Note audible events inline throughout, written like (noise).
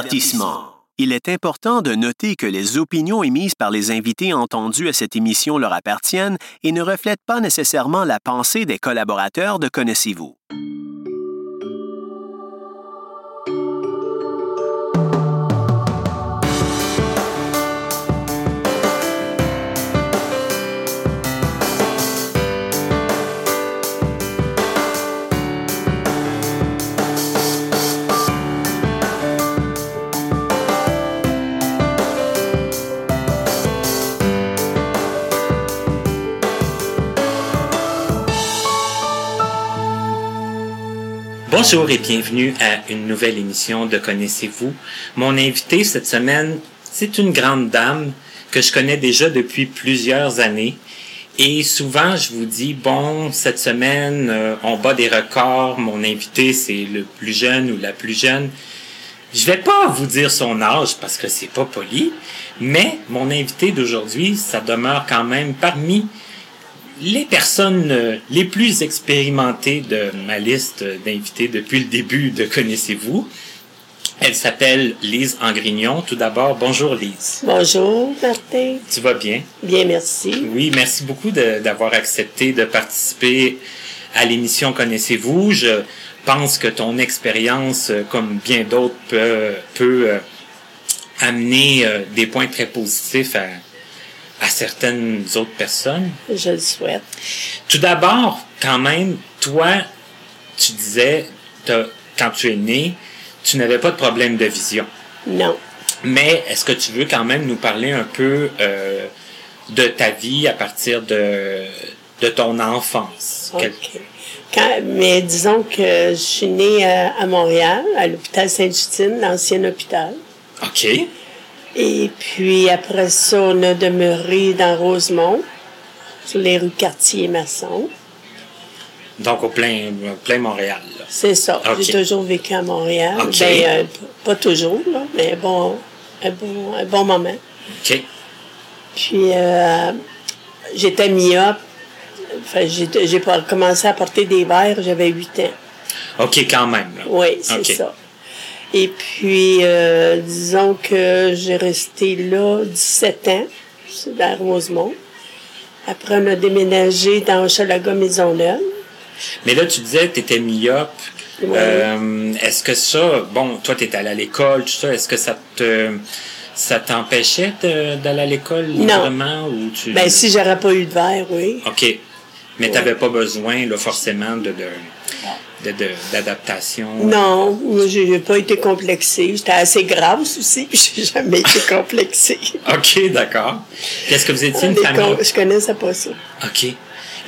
Avertissement. Il est important de noter que les opinions émises par les invités entendus à cette émission leur appartiennent et ne reflètent pas nécessairement la pensée des collaborateurs de Connaissez-vous. Bonjour et bienvenue à une nouvelle émission de Connaissez-vous. Mon invité cette semaine, c'est une grande dame que je connais déjà depuis plusieurs années. Et souvent, je vous dis, bon, cette semaine, euh, on bat des records, mon invité, c'est le plus jeune ou la plus jeune. Je vais pas vous dire son âge parce que c'est pas poli, mais mon invité d'aujourd'hui, ça demeure quand même parmi les personnes euh, les plus expérimentées de ma liste d'invités depuis le début de Connaissez-vous. Elle s'appelle Lise Angrignon. Tout d'abord, bonjour Lise. Bonjour, Martin. Tu vas bien? Bien, merci. Oui, merci beaucoup de- d'avoir accepté de participer à l'émission Connaissez-vous. Je pense que ton expérience, euh, comme bien d'autres, peut, peut, euh, amener euh, des points très positifs à, à certaines autres personnes. Je le souhaite. Tout d'abord, quand même, toi, tu disais, t'as- quand tu es né, tu n'avais pas de problème de vision. Non. Mais est-ce que tu veux quand même nous parler un peu euh, de ta vie à partir de, de ton enfance? Quel- OK. Quand- mais disons que je suis née euh, à, à Montréal, à l'hôpital Sainte-Justine, l'ancien hôpital. OK. Et puis après ça, on a demeuré dans Rosemont, sur les rues Cartier et Masson. Donc, au plein, au plein Montréal. là. C'est ça. OK. J'ai toujours vécu à Montréal. OK. Ben, euh, p- pas toujours, là, mais bon, un bon, un bon moment. OK. Puis euh, j'étais myope. Enfin, j'ai j'ai pas- commencé à porter des verres, j'avais 8 ans. OK, quand même. là. Oui, c'est OK. ça. Et puis, euh, disons que j'ai resté là 17 ans, c'est dans Rosemont. Après, on a déménagé dans Hochelaga Maisonneuve. Mhm. Mais là, tu disais que tu étais myope. Ouais. Euh, est-ce que ça, bon, toi, tu étais allé à l'école, tout ça, est-ce que ça te ça t'empêchait de- d'aller à l'école librement ou tu. Ben, si j'aurais pas eu de verre, oui. OK. Mais tu n'avais pas besoin, là, forcément, de, de, de- de- d'adaptation. Non, moi, j'ai j'ai pas été complexée. J'étais assez grosse aussi, puis j'ai jamais été (laughs) complexée. OK, d'accord. Puis Est-ce que vous étiez On une est famille. con- Je connaissais pas ça. OK.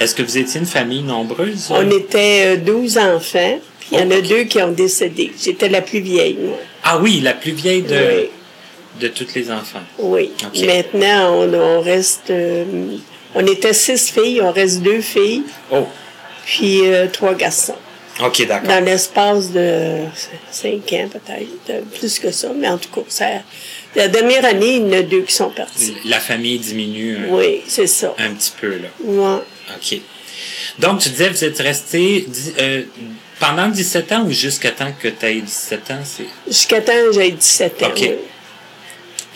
Est-ce que vous étiez une famille nombreuse? On était euh, 12 enfants, puis il y en Oh, a ok. deux qui ont décédé. J'étais la plus vieille, moi. Ah oui, la plus vieille de, Oui. de toutes les enfants. Oui. Ok. Maintenant, on, on reste. euh, on était six filles, on reste deux filles, Oh, puis euh, trois garçons. OK, d'accord. Dans l'espace de cinq ans, peut-être, euh, plus que ça, mais en tout cas, ça, la dernière année, il y en a deux qui sont partis. La famille diminue un, Oui, c'est ça. un petit peu, là. Moi, OK. Donc, tu disais, vous êtes resté dix- euh, pendant 17 ans ou jusqu'à temps que tu aies 17 ans? C'est... jusqu'à temps, j'ai 17 ans. Ok. oui.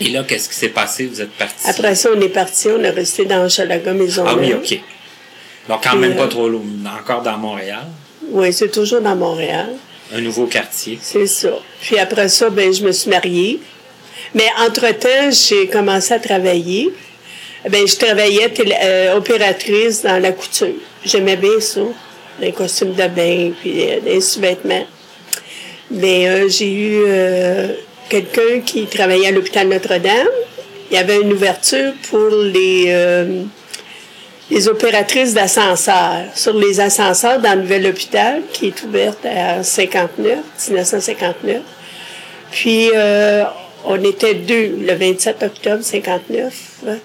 Et là, qu'est-ce qui s'est passé? Vous êtes parti? Après ça, on est parti, on est resté dans Chalaga Maison. Ah oui, OK. Donc, quand Puis, même pas euh, trop loin. Encore dans Montréal, Oui, c'est toujours dans Montréal. un nouveau quartier. C'est ça. Puis après ça, ben, je me suis mariée. Mais entre-temps, j'ai commencé à travailler. Ben, je travaillais télé- euh, opératrice dans la couture. J'aimais bien ça, les costumes de bain, puis euh, les sous-vêtements. Mais euh, j'ai eu euh, quelqu'un qui travaillait à l'hôpital Notre-Dame. Il y avait une ouverture pour les, euh, les opératrices d'ascenseurs. Sur les ascenseurs dans le nouvel hôpital, qui est ouverte à 59, 1959. Puis, euh, on était deux, le 27 octobre 59. hein.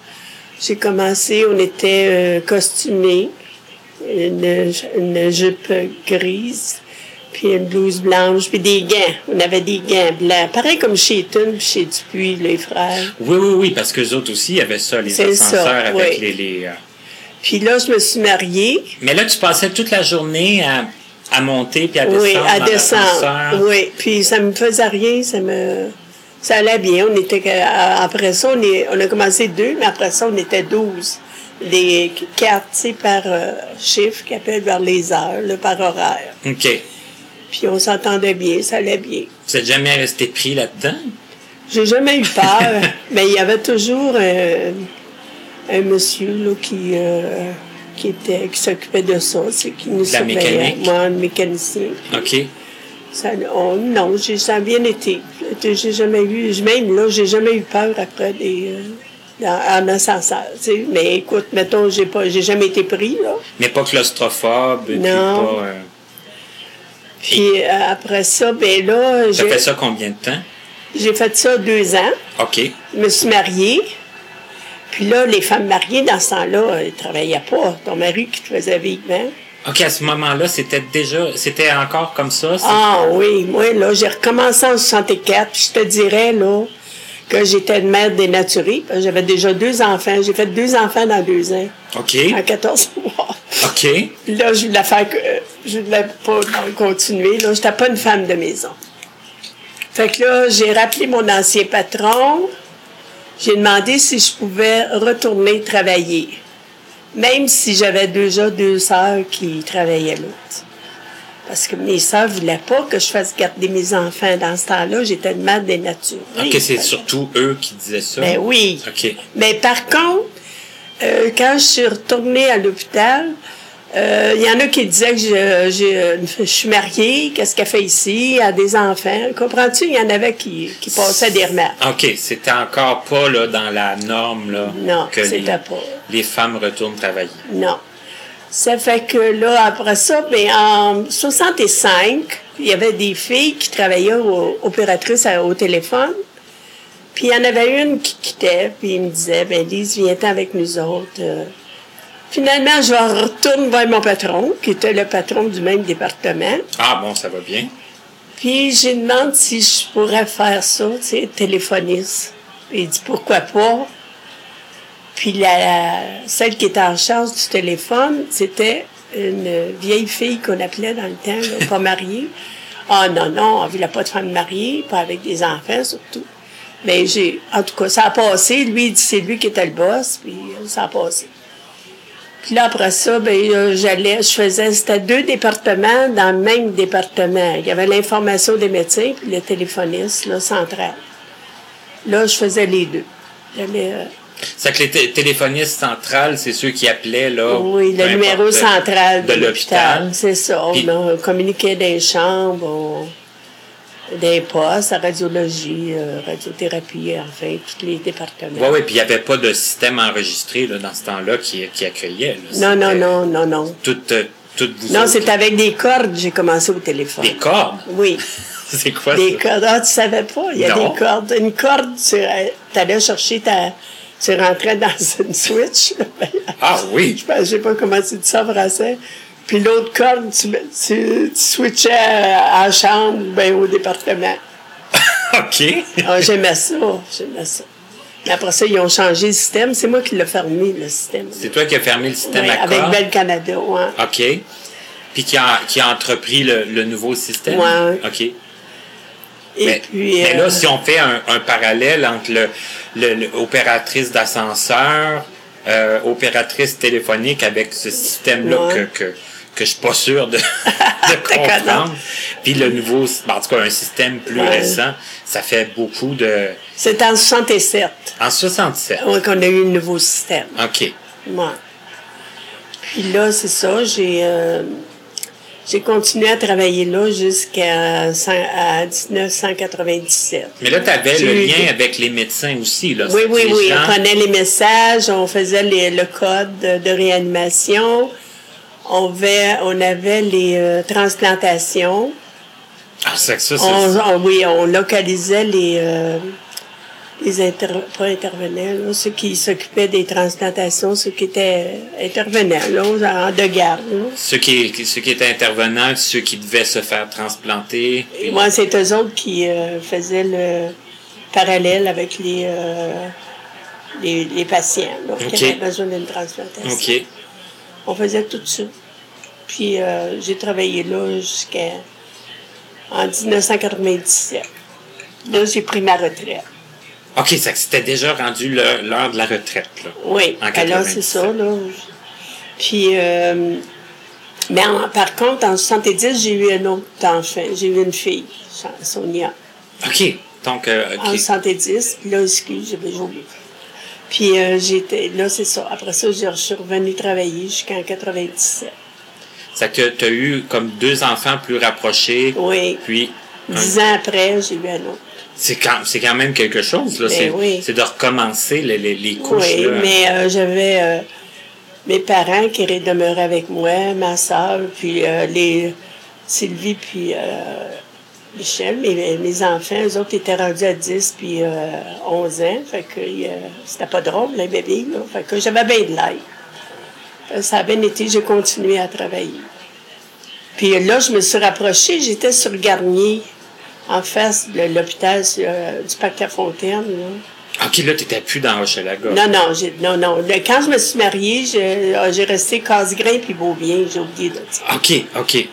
J'ai commencé, on était euh, costumés, une, une jupe grise, puis une blouse blanche, puis des gants. On avait des gants blancs, pareil comme chez Thune, puis chez Dupuis, les frères. Oui, oui, oui, parce qu'eux autres aussi, il y avait ça, les C'est ascenseurs ça, avec oui. les... les, euh, Puis là, je me suis mariée, Mais là, tu passais toute la journée à, à monter puis à descendre oui, à dans descendre. l'ascenseur. Oui, puis ça me faisait rien, ça me... Ça allait bien. On était, euh, après ça, on, est, on a commencé deux, mais après ça, on était douze. Les quatre, tu sais, par euh, chiffre, qui appellent vers les heures, là, par horaire. OK. Puis on s'entendait bien, ça allait bien. Vous n'êtes jamais resté pris là-dedans? J'ai jamais eu (laughs) peur, mais il y avait toujours euh, un monsieur là, qui, euh, qui, était, qui s'occupait de ça, c'est qui nous La surveillait. mécanique? Moi, un mécanicien. OK. Ça, on- non, j'ai ça a bien été. J'ai jamais eu, même là, j'ai jamais eu peur après des, euh, dans- en ascenseur. tu sais. Mais écoute, mettons, j'ai pas, j'ai jamais été pris là. Mais pas claustrophobe. puis Non. pas, euh, Puis euh, après ça, ben là, ça j'ai fait ça combien de temps? j'ai fait ça deux ans. OK. Je me suis mariée. Puis là, les femmes mariées, dans ce temps-là, elles ne travaillaient pas. Ton mari qui te faisait vivre, hein? OK, à ce moment-là, c'était déjà... C'était encore comme ça? c'est- Ah oui, moi, là, j'ai recommencé en 64. Puis je te dirais, là, que j'étais une mère dénaturée. parce que J'avais déjà deux enfants. J'ai fait deux enfants dans deux ans, OK. en 14 mois. OK. Puis là, je voulais faire que. euh, Je voulais pas non, continuer. Là, j'étais pas une femme de maison. Fait que là, j'ai rappelé mon ancien patron. J'ai demandé si je pouvais retourner travailler. Même si j'avais déjà deux sœurs qui travaillaient l'autre. Parce que mes sœurs voulaient pas que je fasse garder mes enfants. Dans ce temps-là, j'étais de mal dénaturée. OK, c'est surtout eux qui disaient ça. Ben oui. OK. Mais par contre, euh, quand je suis retournée à l'hôpital, euh, il y en a qui disaient que je, je, je suis mariée, qu'est-ce qu'elle fait ici, elle a des enfants. Comprends-tu? Il y en avait qui, qui passaient des remarques. OK, c'était encore pas là, dans la norme là, Non, que les, c'était pas. les femmes retournent travailler. Non. Ça fait que là, après ça, ben, en 65, il y avait des filles qui travaillaient au, opératrices à- au téléphone. Puis il y en avait une qui quittait, puis il me disait, ben Lise, viens-t'en avec nous autres. euh. Finalement, je retourne voir mon patron, qui était le patron du même département. Ah bon, ça va bien. Puis j'ai demandé si je pourrais faire ça, tu sais, téléphoniste. Il dit pourquoi pas. Puis la, la- celle qui était en charge du téléphone, c'était une vieille fille qu'on appelait dans le temps, là, pas mariée. Ah non, non, on ne voulait pas de femme mariée, pas avec des enfants surtout. Mais j'ai, en tout cas, ça a passé. Lui, il dit, c'est lui qui était le boss, puis euh, ça a passé. Puis là, après ça, ben, euh, j'allais, je faisais, c'était deux départements dans le même département. Il y avait l'information des médecins puis le téléphoniste, là, central. Là, je faisais les deux. J'allais, euh, C'est que les té- téléphonistes centrales, c'est ceux qui appelaient là. oui, peu le numéro importe, central de l'hôpital. C'est ça. On, Puis- on communiquait dans les chambres, on- dans les postes, la radiologie, euh, radiothérapie, enfin, tous les départements. Oui, oui, puis il n'y avait pas de système enregistré là, dans ce temps-là qui, qui accueillait. là. non, non, C'était non, non, non. Tout, euh, tout vous Non, autres. c'est avec des cordes j'ai commencé au téléphone. Des cordes. Oui. (laughs) C'est quoi Des ça? cordes. Ah, tu savais pas? Il y a Non. des cordes. Une corde, tu allais chercher ta. Tu rentrais dans (laughs) une switch. là. (laughs) Ah oui. (laughs) Je ne sais pas comment tu dis ça en français. Puis l'autre corde, tu, tu, tu switchais à la chambre ou bien au département. OK. Ah, j'aimais ça. J'aimais ça. Mais après ça, ils ont changé le système. C'est moi qui l'ai fermé, le système. c'est toi qui as fermé le système Ouais, à avec cordes. Belle Canada, ouais. OK. Puis qui a, qui a entrepris le, le nouveau système. Ouais. OK. Et mais, puis. mais euh, là, si on fait un, un parallèle entre le, le- le opératrice d'ascenseur, euh, opératrice téléphonique avec ce système-là Ouais. que, que, que je suis pas sûr (laughs) de, (laughs) de comprendre, connais. puis le nouveau, ben, en tout cas un système plus Ouais. récent, ça fait beaucoup de... c'est en 67 En 67. ouais, qu'on a eu le nouveau système. OK. Ouais. Puis là, c'est ça, j'ai euh, j'ai continué à travailler là jusqu'à cent- à 1997. Mais là, tu avais J'ai le eu- lien avec les médecins aussi. Là, Oui, C'est oui, les oui. gens- On prenait les messages, on faisait les- le code de, de réanimation, on, avait- on avait les euh, transplantations, Ah, c'est que ça, c'est- on, on- oui, on localisait les, euh, les inter- pas intervenants, là, ceux qui s'occupaient des transplantations, ceux qui étaient intervenants, là, en- de garde. là. ceux, qui, qui- ceux qui étaient intervenants, ceux qui devaient se faire transplanter. Et Moi, c'est eux autres qui euh, faisaient le parallèle avec les, euh, les, les patients là, OK. qui avaient besoin d'une transplantation. OK. On faisait tout ça. Puis euh, j'ai travaillé là jusqu'à en 1997. Là, j'ai pris ma retraite. OK, ça c'était déjà rendu le- l'heure de la retraite, là. Oui, En alors c'est 97. ça, là. Puis, euh, mais en- par contre, en 70, j'ai eu un autre enfant. J'ai eu une fille, Son- Sonia, OK. Donc, euh, en OK. 70. Puis là, excuse, j'avais oublié. Puis euh, j'étais, là, c'est ça. Après ça, je suis revenue travailler jusqu'en 97. Ça que tu as eu comme deux enfants plus rapprochés. Oui. Puis, un- Dix ans après, j'ai eu un autre. c'est quand, c'est quand même quelque chose, là. Ben C'est oui. c'est de recommencer les, les, les couches, oui, là. mais euh, j'avais euh, mes parents qui demeuraient avec moi, ma soeur, puis euh, les Sylvie, puis euh, Michel, mes, mes enfants, eux autres étaient rendus à 10 puis euh, 11 ans, fait que euh, c'était pas drôle, les bébés, là, fait que j'avais bien de l'air. Fait que Ça a bien été, j'ai continué à travailler. Puis euh, là, je me suis rapprochée, j'étais sur Garnier, en face de l'hôpital euh, du Parc La Fontaine, là. OK, là, t'étais plus dans Hochelaga. Non, non, j'ai- non, non. Le- quand je me suis mariée, je- ah, j'ai resté casse-grain puis Beaubien, j'ai oublié de dire. OK, OK. Puis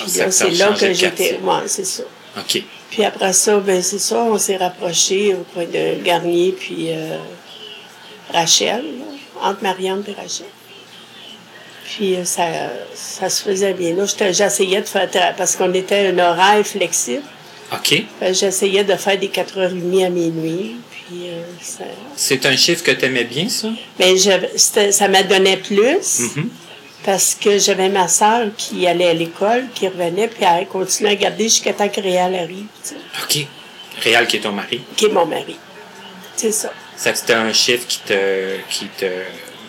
Ah, Ça là, que ça a c'est là changé que de quartier. j'étais. Ouais, c'est ça. OK. Puis après ça, ben c'est ça, on s'est rapprochés au coin de Garnier puis euh, Rachel, là, entre Marianne et Rachel. Puis euh, ça, ça se faisait bien. Là, j'étais- j'essayais de faire, tra- parce qu'on était un horaire flexible, OK. Fait que j'essayais de faire des 4h30 à minuit, puis euh, ça... C'est un chiffre que t'aimais bien, ça? Mais Ben, je, c'était- ça m'a donné plus parce que j'avais ma soeur qui allait à l'école, qui revenait, puis elle continuait à garder jusqu'à temps que Réal arrive, tu sais, OK. Réal, qui est ton mari. qui est mon mari. C'est ça, Ça que c'était un chiffre qui te... Qui te...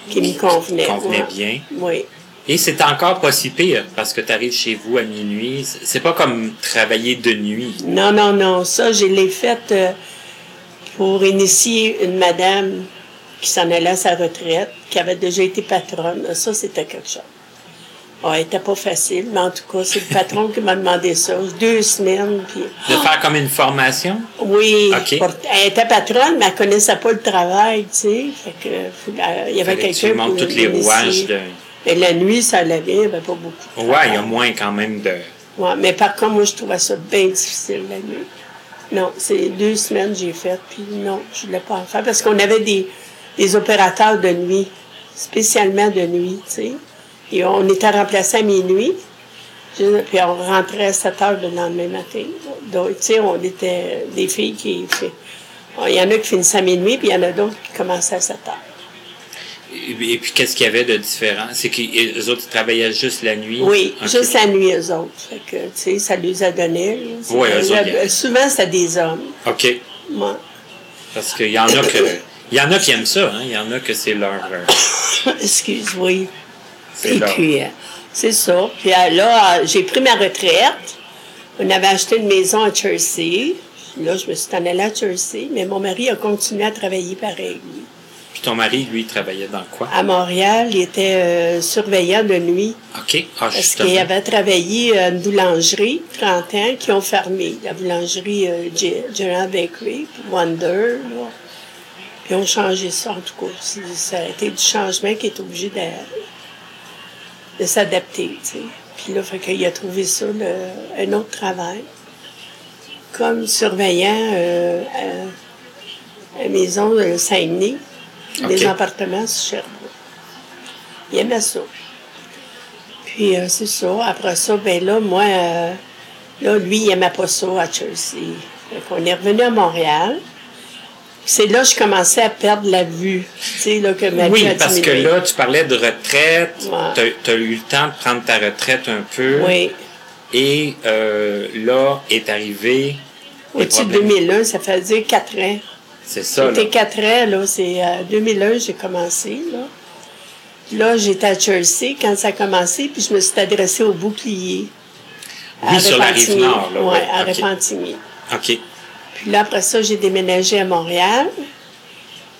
qui me convenait. ouais. bien. Oui. Et c'est encore pas si pire, parce que t'arrives chez vous à minuit. C'est c'est pas comme travailler de nuit. Non, non, non, ça, je l'ai faite euh, pour initier une madame qui s'en allait à sa retraite, qui avait déjà été patronne. Ah, Ça, c'était quelque chose. Ouais, c'était pas facile, mais en tout cas, c'est le patron qui m'a demandé ça. Deux semaines, puis... De faire comme une formation? Oui, OK. pour- elle était patronne, mais elle connaissait pas le travail, tu sais. Fait que, faut- euh, il y avait Fallait que quelqu'un. tu lui montres pour tous les l'initier. rouages de... Mais la nuit, ça allait bien, il n'y avait pas beaucoup. de Ouais, il y travail. a moins quand même de... Ouais, mais par contre, moi, je trouvais ça bien difficile la nuit. Non, c'est deux semaines j'ai fait, puis non, je ne voulais pas en faire parce qu'on avait des, des opérateurs de nuit, spécialement de nuit, tu sais. Et on était remplacés à minuit, je- puis on rentrait à 7 heures le lendemain matin. Donc, tu sais, on était des filles qui. qui- Il y en a qui finissaient à minuit, puis il y en a d'autres qui commençaient à 7 heures. Et et puis, qu'est-ce qu'il y avait de différent? C'est qu'eux autres, ils travaillaient juste la nuit? Oui, OK. juste la nuit, eux autres. Fait que, tu sais, ça les a donné. là. Oui, eux autres, Euh, ils- Souvent, c'était des hommes. OK. Moi. Parce qu'il y en a que... Il y en a qui aiment ça, hein? Il y en a que c'est leur... euh, (laughs) Excuse, oui. c'est (coughs) Et leur... puis, euh, c'est ça. Puis euh, là, euh, j'ai pris ma retraite. On avait acheté une maison à Chelsea. Là, je me suis en allée à Chelsea, mais mon mari a continué à travailler pareil. lui. Puis ton mari, lui, il travaillait dans quoi? À Montréal, il était euh, surveillant de nuit OK. Ah, parce qu'il justement. avait travaillé à une boulangerie, 30 ans, qui ont fermé. La boulangerie euh, Ge- General Bakery, puis Wonder. là. Puis ont changé ça, en tout cas. C'est- Ça a été du changement qui est obligé de, de s'adapter, tu sais. Puis là, fait qu'il a trouvé ça, le- un autre travail. Comme surveillant euh, à- à la maison de Saint-Denis, OK. des appartements sur Sherbrooke. Il aimait ça. Puis euh, c'est ça. Après ça, ben là, moi, euh, là, lui, il aimait pas ça à Chelsea. on est revenu à Montréal. Puis C'est là que je commençais à perdre la vue. Tu sais, là, que ma vue Oui, a parce que diminué. là, tu parlais de retraite. Ouais. Tu as, eu le temps de prendre ta retraite un peu. Oui. Et euh, là est arrivé. les Au-dessus de problèmes. 2001, ça faisait quatre ans. C'est ça, là. C'était quatre ans, là. C'est euh, 2001, j'ai commencé, là. Puis Là, j'étais à Chelsea quand ça a commencé, puis je me suis adressée au bouclier. Oui, sur la rive nord, là. Oui, ouais, à OK. Repentigny. OK. Puis là, après ça, j'ai déménagé à Montréal.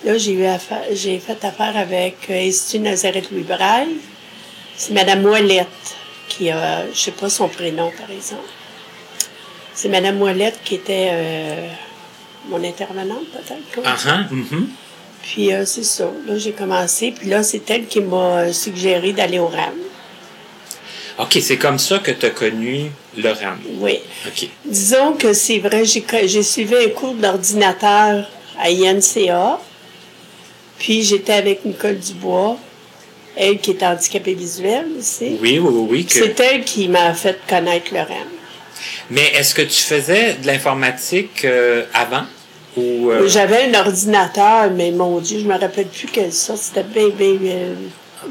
Là, j'ai eu affaire- j'ai fait affaire avec euh, Institut Nazareth Louis Braille. C'est Madame Ouellette qui a, je sais pas son prénom, par exemple. C'est Madame Ouellette qui était euh, mon intervenante, peut-être. quoi. Ah, hein, mhm. Puis euh, c'est ça. Là, j'ai commencé. Puis là, c'est elle qui m'a euh, suggéré d'aller au RAM. OK, c'est comme ça que tu as connu Lorraine. Oui. OK. Disons que c'est vrai, j'ai co- j'ai suivi un cours d'ordinateur à INCA, puis j'étais avec Nicole Dubois, elle qui est handicapée visuelle ici. Oui, oui, oui. oui, que- C'est elle qui m'a fait connaître le REM. Mais est-ce que tu faisais de l'informatique euh, avant? Ou, euh, J'avais un ordinateur, mais mon Dieu, je me rappelle plus quelle sorte. C'était bien, bien euh,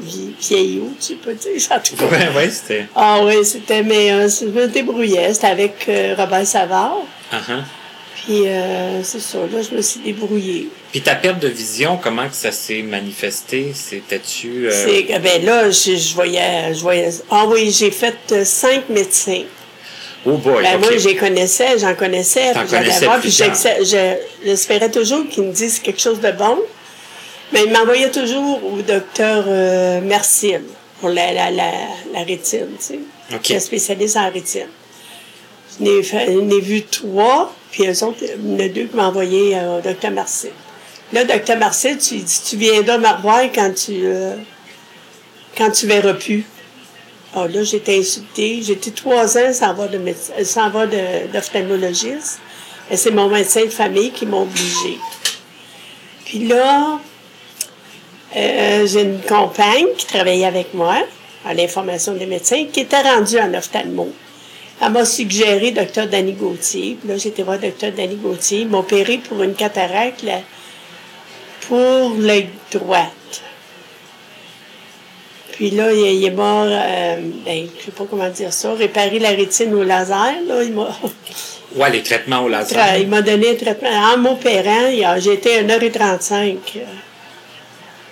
vie- vieillot, tu peux dire, en tout (laughs) cas. ouais, ouais, c'était. Ah oui, c'était, mais euh, je me débrouillais. C'était avec euh, Robert Savard. Ah, ah. Puis euh, c'est ça, là, je me suis débrouillée. Puis ta perte de vision, comment que ça s'est manifesté? C'était-tu. euh, C'est que, ben là, je, je voyais, je voyais. Ah oui, j'ai fait euh, cinq médecins. Oh boy! Ben ok. moi, je les connaissais, j'en connaissais, T'en puis j'allais connaissais voir, puis plusieurs. j'accepte- je- j'espérais toujours qu'ils me disent quelque chose de bon. Mais ils m'envoyaient toujours au docteur euh, Mercil pour la, la, la, la rétine, tu sais. OK. Le spécialiste en rétine. Je n'ai fait- je n'ai vu trois, puis eux autres, il y en a deux qui m'ont envoyé euh, au docteur Mercil. Là, docteur Mercil, tu lui dis, tu viendras me revoir quand tu, euh, quand tu verras plus. Ah, là, j'ai été insultée. J'ai été trois ans sans voir de médecin, euh, sans voir de- d'ophtalmologiste. Et c'est mon médecin de famille qui m'a obligée. Puis là, euh, j'ai une compagne qui travaillait avec moi à l'information des médecins, qui était rendue en ophtalmo. Elle m'a suggéré Dr. Danny Gauthier. Puis là, j'ai été voir Dr. Danny Gauthier. Il m'a opéré pour une cataracte là, pour l'œil droite. Puis là, il, il est mort, euh, ben, je sais pas comment dire ça, réparer la rétine au laser. Là, il m'a (laughs) Ouais, les traitements au laser. tra- il m'a donné un traitement. En m'opérant, il a- j'étais 1h35 euh,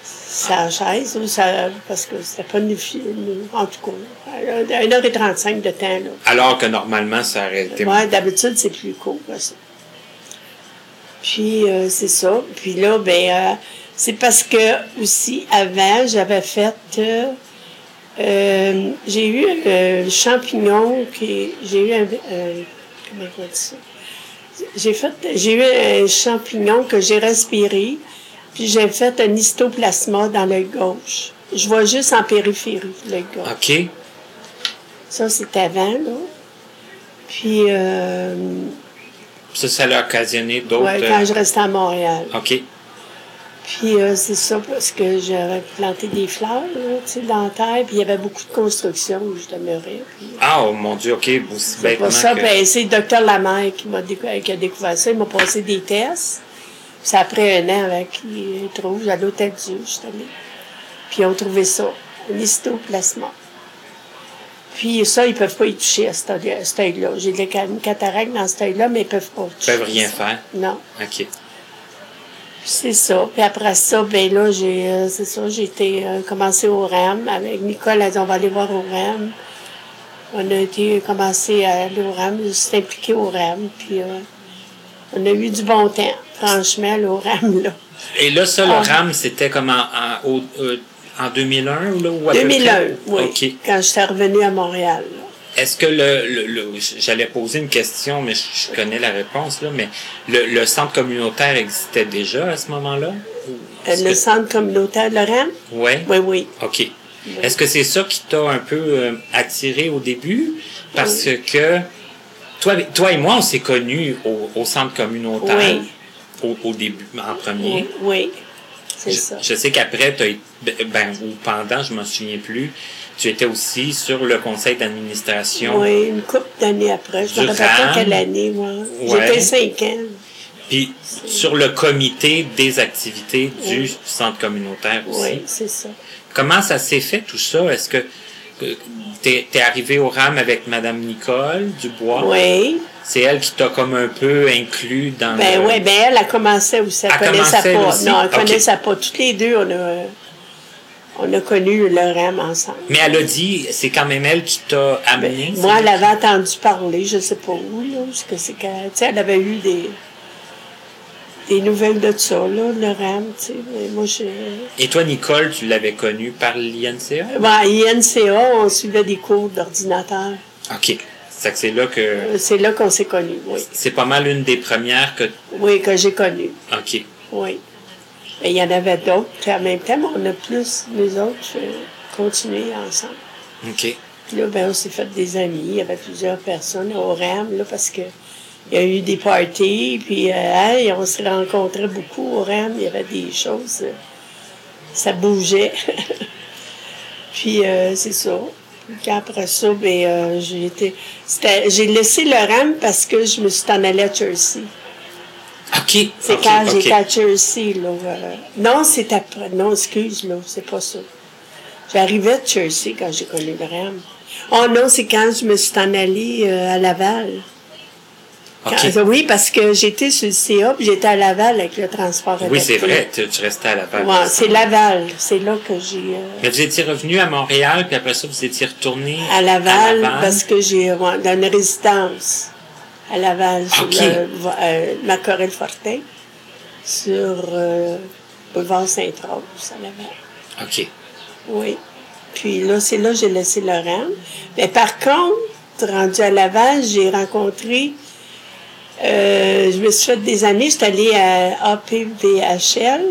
sa chaise, ou sa- parce que c'était pas une, fi- une- En tout cas, 1h35 de temps. Là. Alors que normalement, ça aurait été. Ouais, d'habitude, c'est plus court. là, ça. Puis, euh, c'est ça. Puis là, ben, euh, c'est parce que, aussi, avant, j'avais fait. euh, euh, j'ai eu euh, champignon qui. J'ai eu un. euh, comment on dit ça? J'ai fait. J'ai eu un champignon que j'ai respiré, puis j'ai fait un histoplasma dans l'œil gauche. Je vois juste en périphérie, l'œil gauche. OK. Ça, c'est avant, là. Puis, euh, Ça, ça l'a occasionné d'autres. ouais, quand euh, je restais à Montréal. OK. Puis, euh, c'est ça, parce que j'avais planté des fleurs, là, tu sais, dans la terre, puis il y avait beaucoup de construction où je demeurais. Puis, Ah, oh, mon Dieu, OK. Aussi c'est bêtement pour ça, que- ben, c'est le docteur Lamère qui m'a décou- qui a découvert ça. Il m'a passé des tests. Puis, c'est après un an avec qu'il trouve, à l'Hôtel Dieu, je suis allée. Puis, ils ont trouvé ça, un histoplasma. Puis ça, ils peuvent pas y toucher à cet œil- à cet œil-là. J'ai de la ca- une cataracte dans cet œil-là, mais ils peuvent pas toucher. peuvent rien ça. faire. Non. OK. C'est ça. Puis après ça, ben là, j'ai, euh, c'est ça, j'ai été euh, commencé au REM. Avec Nicole, elle dit, on va aller voir au REM. On a été commencé à aller au REM, je suis impliquée au REM. Puis euh, on a eu du bon temps, franchement, là, au REM, là. Et là, ça, le Ah. RAM, c'était comme en, en, au- euh, en 2001, là, ou à peu près? 2001, oui, OK. quand j'étais revenue à Montréal. là. Est-ce que le, le- le- j'allais poser une question, mais je, je connais la réponse là, mais le, le centre communautaire existait déjà à ce moment-là Ou Euh, est-ce Le que- centre communautaire de REM? Ouais. Oui, oui. Ok. Est-ce que c'est ça qui t'a un peu euh, attiré au début Parce que toi, toi et moi, on s'est connus au, au centre communautaire Oui. au, au début, en premier. Oui, oui. C'est Je, ça. je sais qu'après, t'as été- ben, ou pendant, je m'en souviens plus, tu étais aussi sur le conseil d'administration. Oui, une couple d'années après. Je Du me rappelle REM? pas quelle année, moi. Ouais. J'étais cinq ans. Puis sur le comité des activités du centre communautaire aussi. Oui, c'est ça. Comment ça s'est fait tout ça? Est-ce que que t'es es arrivé au RAM avec Madame Nicole Dubois? Oui. C'est elle qui t'a comme un peu inclus dans Ben le... oui, ben elle, elle commençait aussi. Elle, Euh, Elle commençait, connaissait pas. elle aussi? Non, elle Ok. connaissait pas. Toutes les deux, on a, on a connu le REM ensemble. Ben, Mais elle a dit, c'est quand même elle qui t'a amené. Moi, Mmh, c'est- elle avait entendu parler, je sais pas où, là, parce que c'est qu'elle, tu sais, elle avait eu des, des nouvelles de ça, là, le REM, tu sais. Mais moi, je. Et toi, Nicole, tu l'avais connue par l'INCA? Bon, ben, à INCA, on suivait des cours d'ordinateur. OK. C'est que c'est là que... Euh, C'est là qu'on s'est connus, oui. C'est pas mal une des premières que... Oui, que j'ai connu, OK. oui. Mais il y en avait d'autres, puis en même temps, on a plus, nous autres, euh, continué ensemble. OK. Puis là, ben, on s'est fait des amis. Il y avait plusieurs personnes au RAM, là, parce que il y a eu des parties, puis euh, hey, on se rencontrait beaucoup au RAM. Il y avait des choses. euh, Ça bougeait. (laughs) puis euh, c'est ça. Puis après ça, ben, euh, j'ai été. c'était- J'ai laissé le RAM parce que je me suis en allée à Chelsea. OK. C'est OK, quand OK. j'étais à Chelsea, là. euh, non, c'est après. Non, excuse, là, c'est pas ça. J'arrivais à Chelsea quand j'ai connu le RAM. Oh non, c'est quand je me suis en allée euh, à Laval. Quand- OK. Oui, parce que j'étais sur le CA, puis j'étais à Laval avec le transport Oui, c'est adapté. vrai. Tu, tu restais à la page. Ouais, c'est Laval. C'est là que j'ai... euh, Mais vous étiez revenu à Montréal, puis après ça, vous étiez retourné à Laval, parce que j'ai ouais, dans une résidence à Laval sur Ok. le- vo- euh, Macorel Fortin sur euh, boulevard Sainte-Rose à Laval. OK. Oui. Puis là, c'est là que j'ai laissé Laurent. Mais par contre, rendu à Laval, j'ai rencontré. euh, je me suis fait des amis. Je suis allée à APVHL.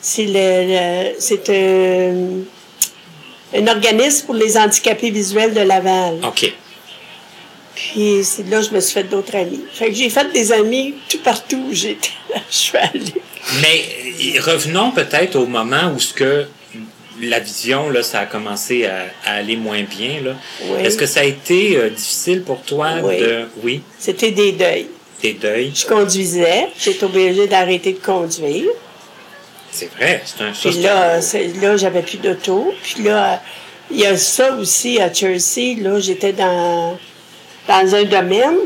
C'est le, le- c'est un, un organisme pour les handicapés visuels de Laval. OK. Puis c'est là que je me suis fait d'autres amis. Fait que j'ai fait des amis tout partout où j'étais. (laughs) Je suis allée. Mais euh, revenons peut-être au moment où ce que la vision, là, ça a commencé à, à aller moins bien. Là. Oui. Est-ce que ça a été euh, difficile pour toi Oui. de. Oui, C'était des deuils. tes deuils. Je conduisais. J'étais obligée d'arrêter de conduire. C'est vrai. C'est un ça, Puis c'est là, un- c'est- là j'avais plus d'auto. Puis là, il y a ça aussi à Chelsea. Là, j'étais dans, dans un domaine.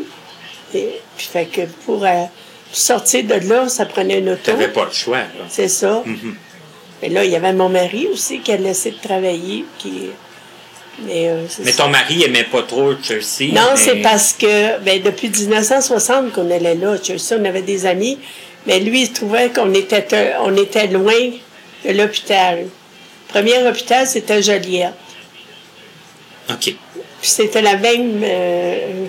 Et, puis fait que pour, euh, sortir de là, ça prenait une auto. T'avais pas le choix. Là. C'est ça. Mhm. Mais là, il y avait mon mari aussi qui a laissé de travailler. Qui... Mais, euh, c'est Mais ça. ton mari aimait pas trop Chelsea. Non, mais- c'est parce que ben, depuis 1960 qu'on allait là. à Chelsea, on avait des amis. Mais lui, il trouvait qu'on était, un- on était loin de l'hôpital. Premier hôpital, c'était Joliette. OK. Puis c'était la même. euh,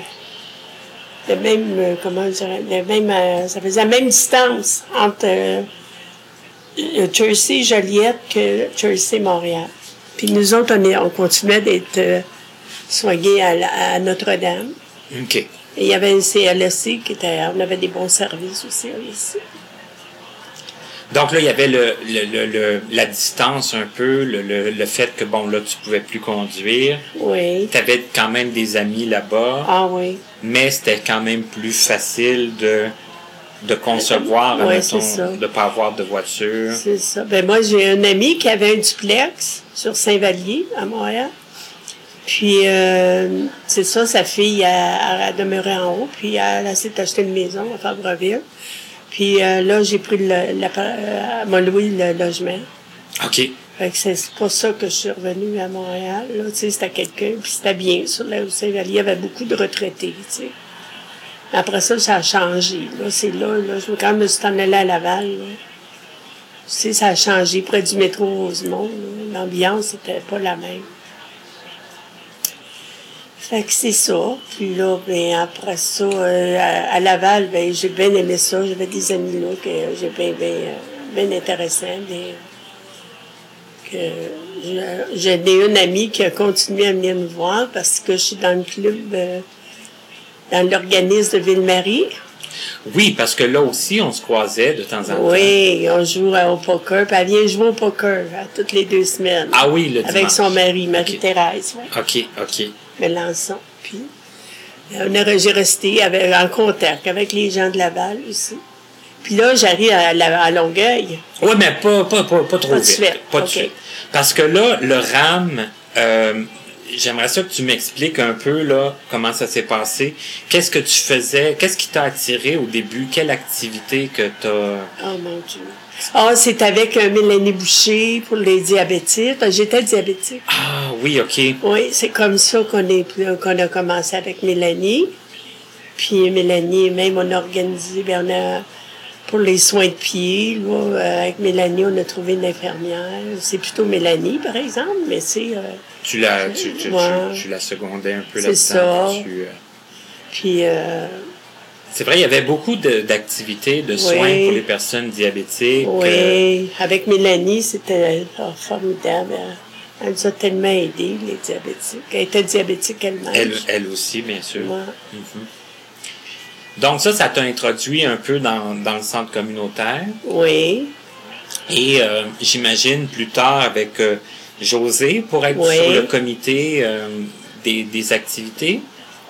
le même. euh, Comment je dirais? Le même, euh, ça faisait la même distance entre euh, euh, Chelsea et Joliette que Chelsea et Montréal. Puis nous autres, on, est- on continuait d'être euh, soignés à, la- à Notre-Dame. OK. Et il y avait un CLSC qui était. On avait des bons services au CLSC. Donc là, il y avait le, le, le, le- la distance un peu, le, le, le fait que, bon, là, tu pouvais plus conduire. Oui. Tu avais quand même des amis là-bas. Ah oui. mais c'était quand même plus facile de, de concevoir, Ouais, admettons, c'est ça. de ne pas avoir de voiture. C'est ça. Ben moi, j'ai un ami qui avait un duplex sur Saint-Vallier, à Montréal. Puis, euh, c'est ça, sa fille a, a demeuré en haut, puis elle, elle s'est acheté une maison à Fabreville. Puis euh, là, j'ai pris le, la, euh, elle m'a loué le logement. OK. Fait que c'est pour ça que je suis revenue à Montréal. Là, tu sais, c'était quelqu'un, puis c'était bien. Sur la rue Saint-Vallier, il y avait beaucoup de retraités, tu sais. Mais Après ça, ça a changé. Là, c'est là, là, je, quand je me suis en allée à Laval, là, tu sais, ça a changé. Près du métro Rosemont, là, l'ambiance n'était pas la même. Fait que c'est ça. Puis là, ben, après ça, euh, à, à Laval, ben, j'ai bien aimé ça. J'avais des amis là que j'ai bien, bien, euh, bien intéressant. Bien, que je- j'ai des- une amie qui a continué à venir me voir parce que je suis dans le club, euh, dans l'organisme de Ville-Marie. Oui, parce que là aussi, on se croisait de temps en temps. Oui, on joue euh, au poker. Puis elle vient jouer au poker euh, toutes les deux semaines. Ah oui, le Avec dimanche. son mari, Marie-Thérèse, ouais, OK, OK. Melançon. Puis, euh, on est- j'ai resté avec- en contact avec les gens de Laval aussi. Puis là, j'arrive à, la- à Longueuil. Oui, mais pas, pas, pas, pas trop Pas de vite. suite, Pas de OK. suite. Parce que là, le RAM, euh, j'aimerais ça que tu m'expliques un peu là, comment ça s'est passé. Qu'est-ce que tu faisais? Qu'est-ce qui t'a attiré au début? Quelle activité que t'as... Oh mon Dieu. Ah, c'est avec euh, Mélanie Boucher pour les diabétiques. J'étais diabétique. Ah oui, OK. Oui, c'est comme ça qu'on est euh, qu'on a commencé avec Mélanie. Puis Mélanie, même on a organisé, bien, on a- pour les soins de pied, là, euh, avec Mélanie, on a trouvé une infirmière. C'est plutôt Mélanie, par exemple, mais c'est euh, Tu la, tu, tu, tu- Ouais. tu la secondais un peu C'est là-dedans. ça. Tu, euh, puis euh, C'est vrai, il y avait beaucoup de- d'activités, de, soins Oui. pour les personnes diabétiques. euh, oui, avec Mélanie, c'était euh, oh, formidable. Elle nous a tellement aidés, les diabétiques. Elle était diabétique elle-même. Elle, elle aussi, bien sûr. Ouais. Mhm. Donc ça, ça t'a introduit un peu dans, dans le centre communautaire. Oui. Et euh, j'imagine plus tard avec euh, José pour être Oui. sur le comité euh, des, des activités.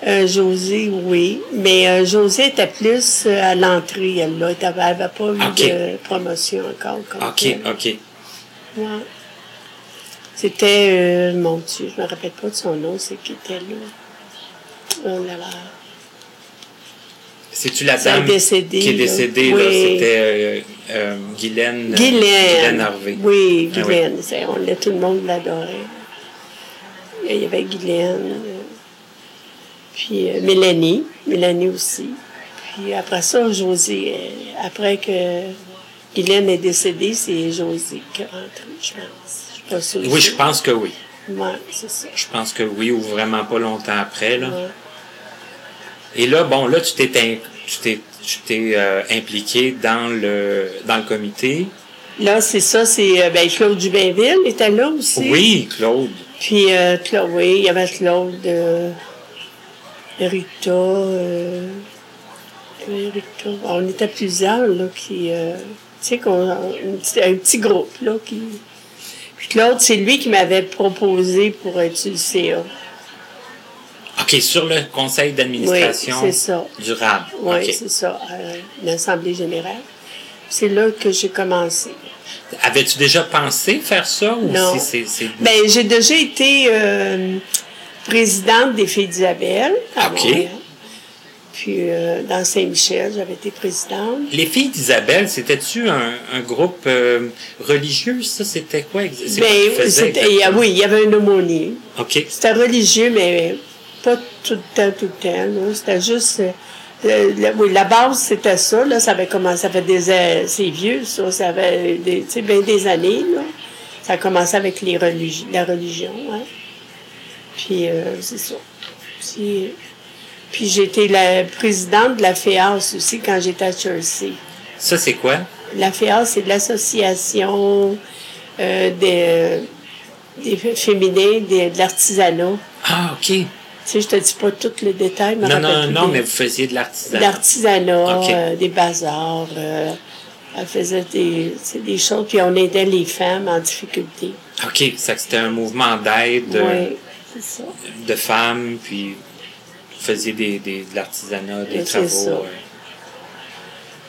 Euh, Josée, oui. Mais euh, Josée était plus euh, à l'entrée, elle, là. Elle n'avait pas eu Ok. de promotion encore. comme OK, telle. OK. Ouais. C'était, euh, mon Dieu, je me rappelle pas de son nom, c'est qui était là. Oh là là. C'est-tu la Ça a dame décédé, qui est là. décédée? Oui. là? C'était euh, euh, Guylaine, Guylaine. Guylaine Harvey. Oui, Ah oui. Guylaine. C'est- On l'a, tout le monde l'adorait. Il y avait Guylaine. euh, Puis euh, Mélanie. Mélanie aussi. Puis après ça, Josée. euh, Après que Guylaine est décédée, c'est Josée qui est rentrée, je pense. Je suis pas sûre. Oui, je pense que oui. Ouais, c'est ça. Je pense que oui, ou vraiment pas longtemps après. Là. Ouais. Et là, bon, là, tu t'es in- tu t'es- tu t'es, euh, impliqué dans le dans le comité. Là, c'est ça, c'est euh, ben, Claude Dubainville était là aussi. Oui, Claude. Puis, euh, Cla- oui, il y avait Claude, euh, Rita, euh, oui, Rita. On était plusieurs, là, qui, euh, tu sais, qu'on, un, petit, un petit groupe, là, qui... Puis Claude, c'est lui qui m'avait proposé pour être sur le CA. OK, sur le conseil d'administration Oui, c'est ça. du RAB. Oui, OK. c'est ça, euh, l'Assemblée générale. C'est là que j'ai commencé. Avais-tu déjà pensé faire ça ou Non. si c'est. c'est- Ben, j'ai déjà été euh, présidente des Filles d'Isabelle. à OK. Montréal. Puis euh, dans Saint-Michel, j'avais été présidente. Les filles d'Isabelle, c'était-tu un, un groupe euh, religieux, ça? C'était quoi? ex- c'est quoi qu'ils Ben, faisaient c'était- il y a- exactement? oui, il y avait un aumônier. OK. C'était religieux, mais pas tout le temps, tout le temps. là. C'était juste... euh, euh, la, oui, la base, c'était ça. Là, ça avait commencé, ça fait des... a- C'est vieux, ça. Ça avait des, tu sais, bien des années, là. Ça a commencé avec les religi la religion, hein. Puis, euh, c'est ça. Puis, puis j'étais la présidente de la FEAS aussi quand j'étais à Chelsea. Ça, c'est quoi? La FEAS, c'est l'association euh, des, des féminins, des, de l'artisanat. Ah, OK. Tu sais, je te dis pas tout le détail, mais Non, non, non, mais vous faisiez de l'artisanat. l'artisanat, Ok. euh, des bazars. euh, elle faisait des, tu sais, des choses, puis on aidait les femmes en difficulté. OK, ça c'était un mouvement d'aide euh, Oui, c'est ça. de femmes, puis vous faisiez des, des, de l'artisanat, des Oui, c'est travaux. ça. euh.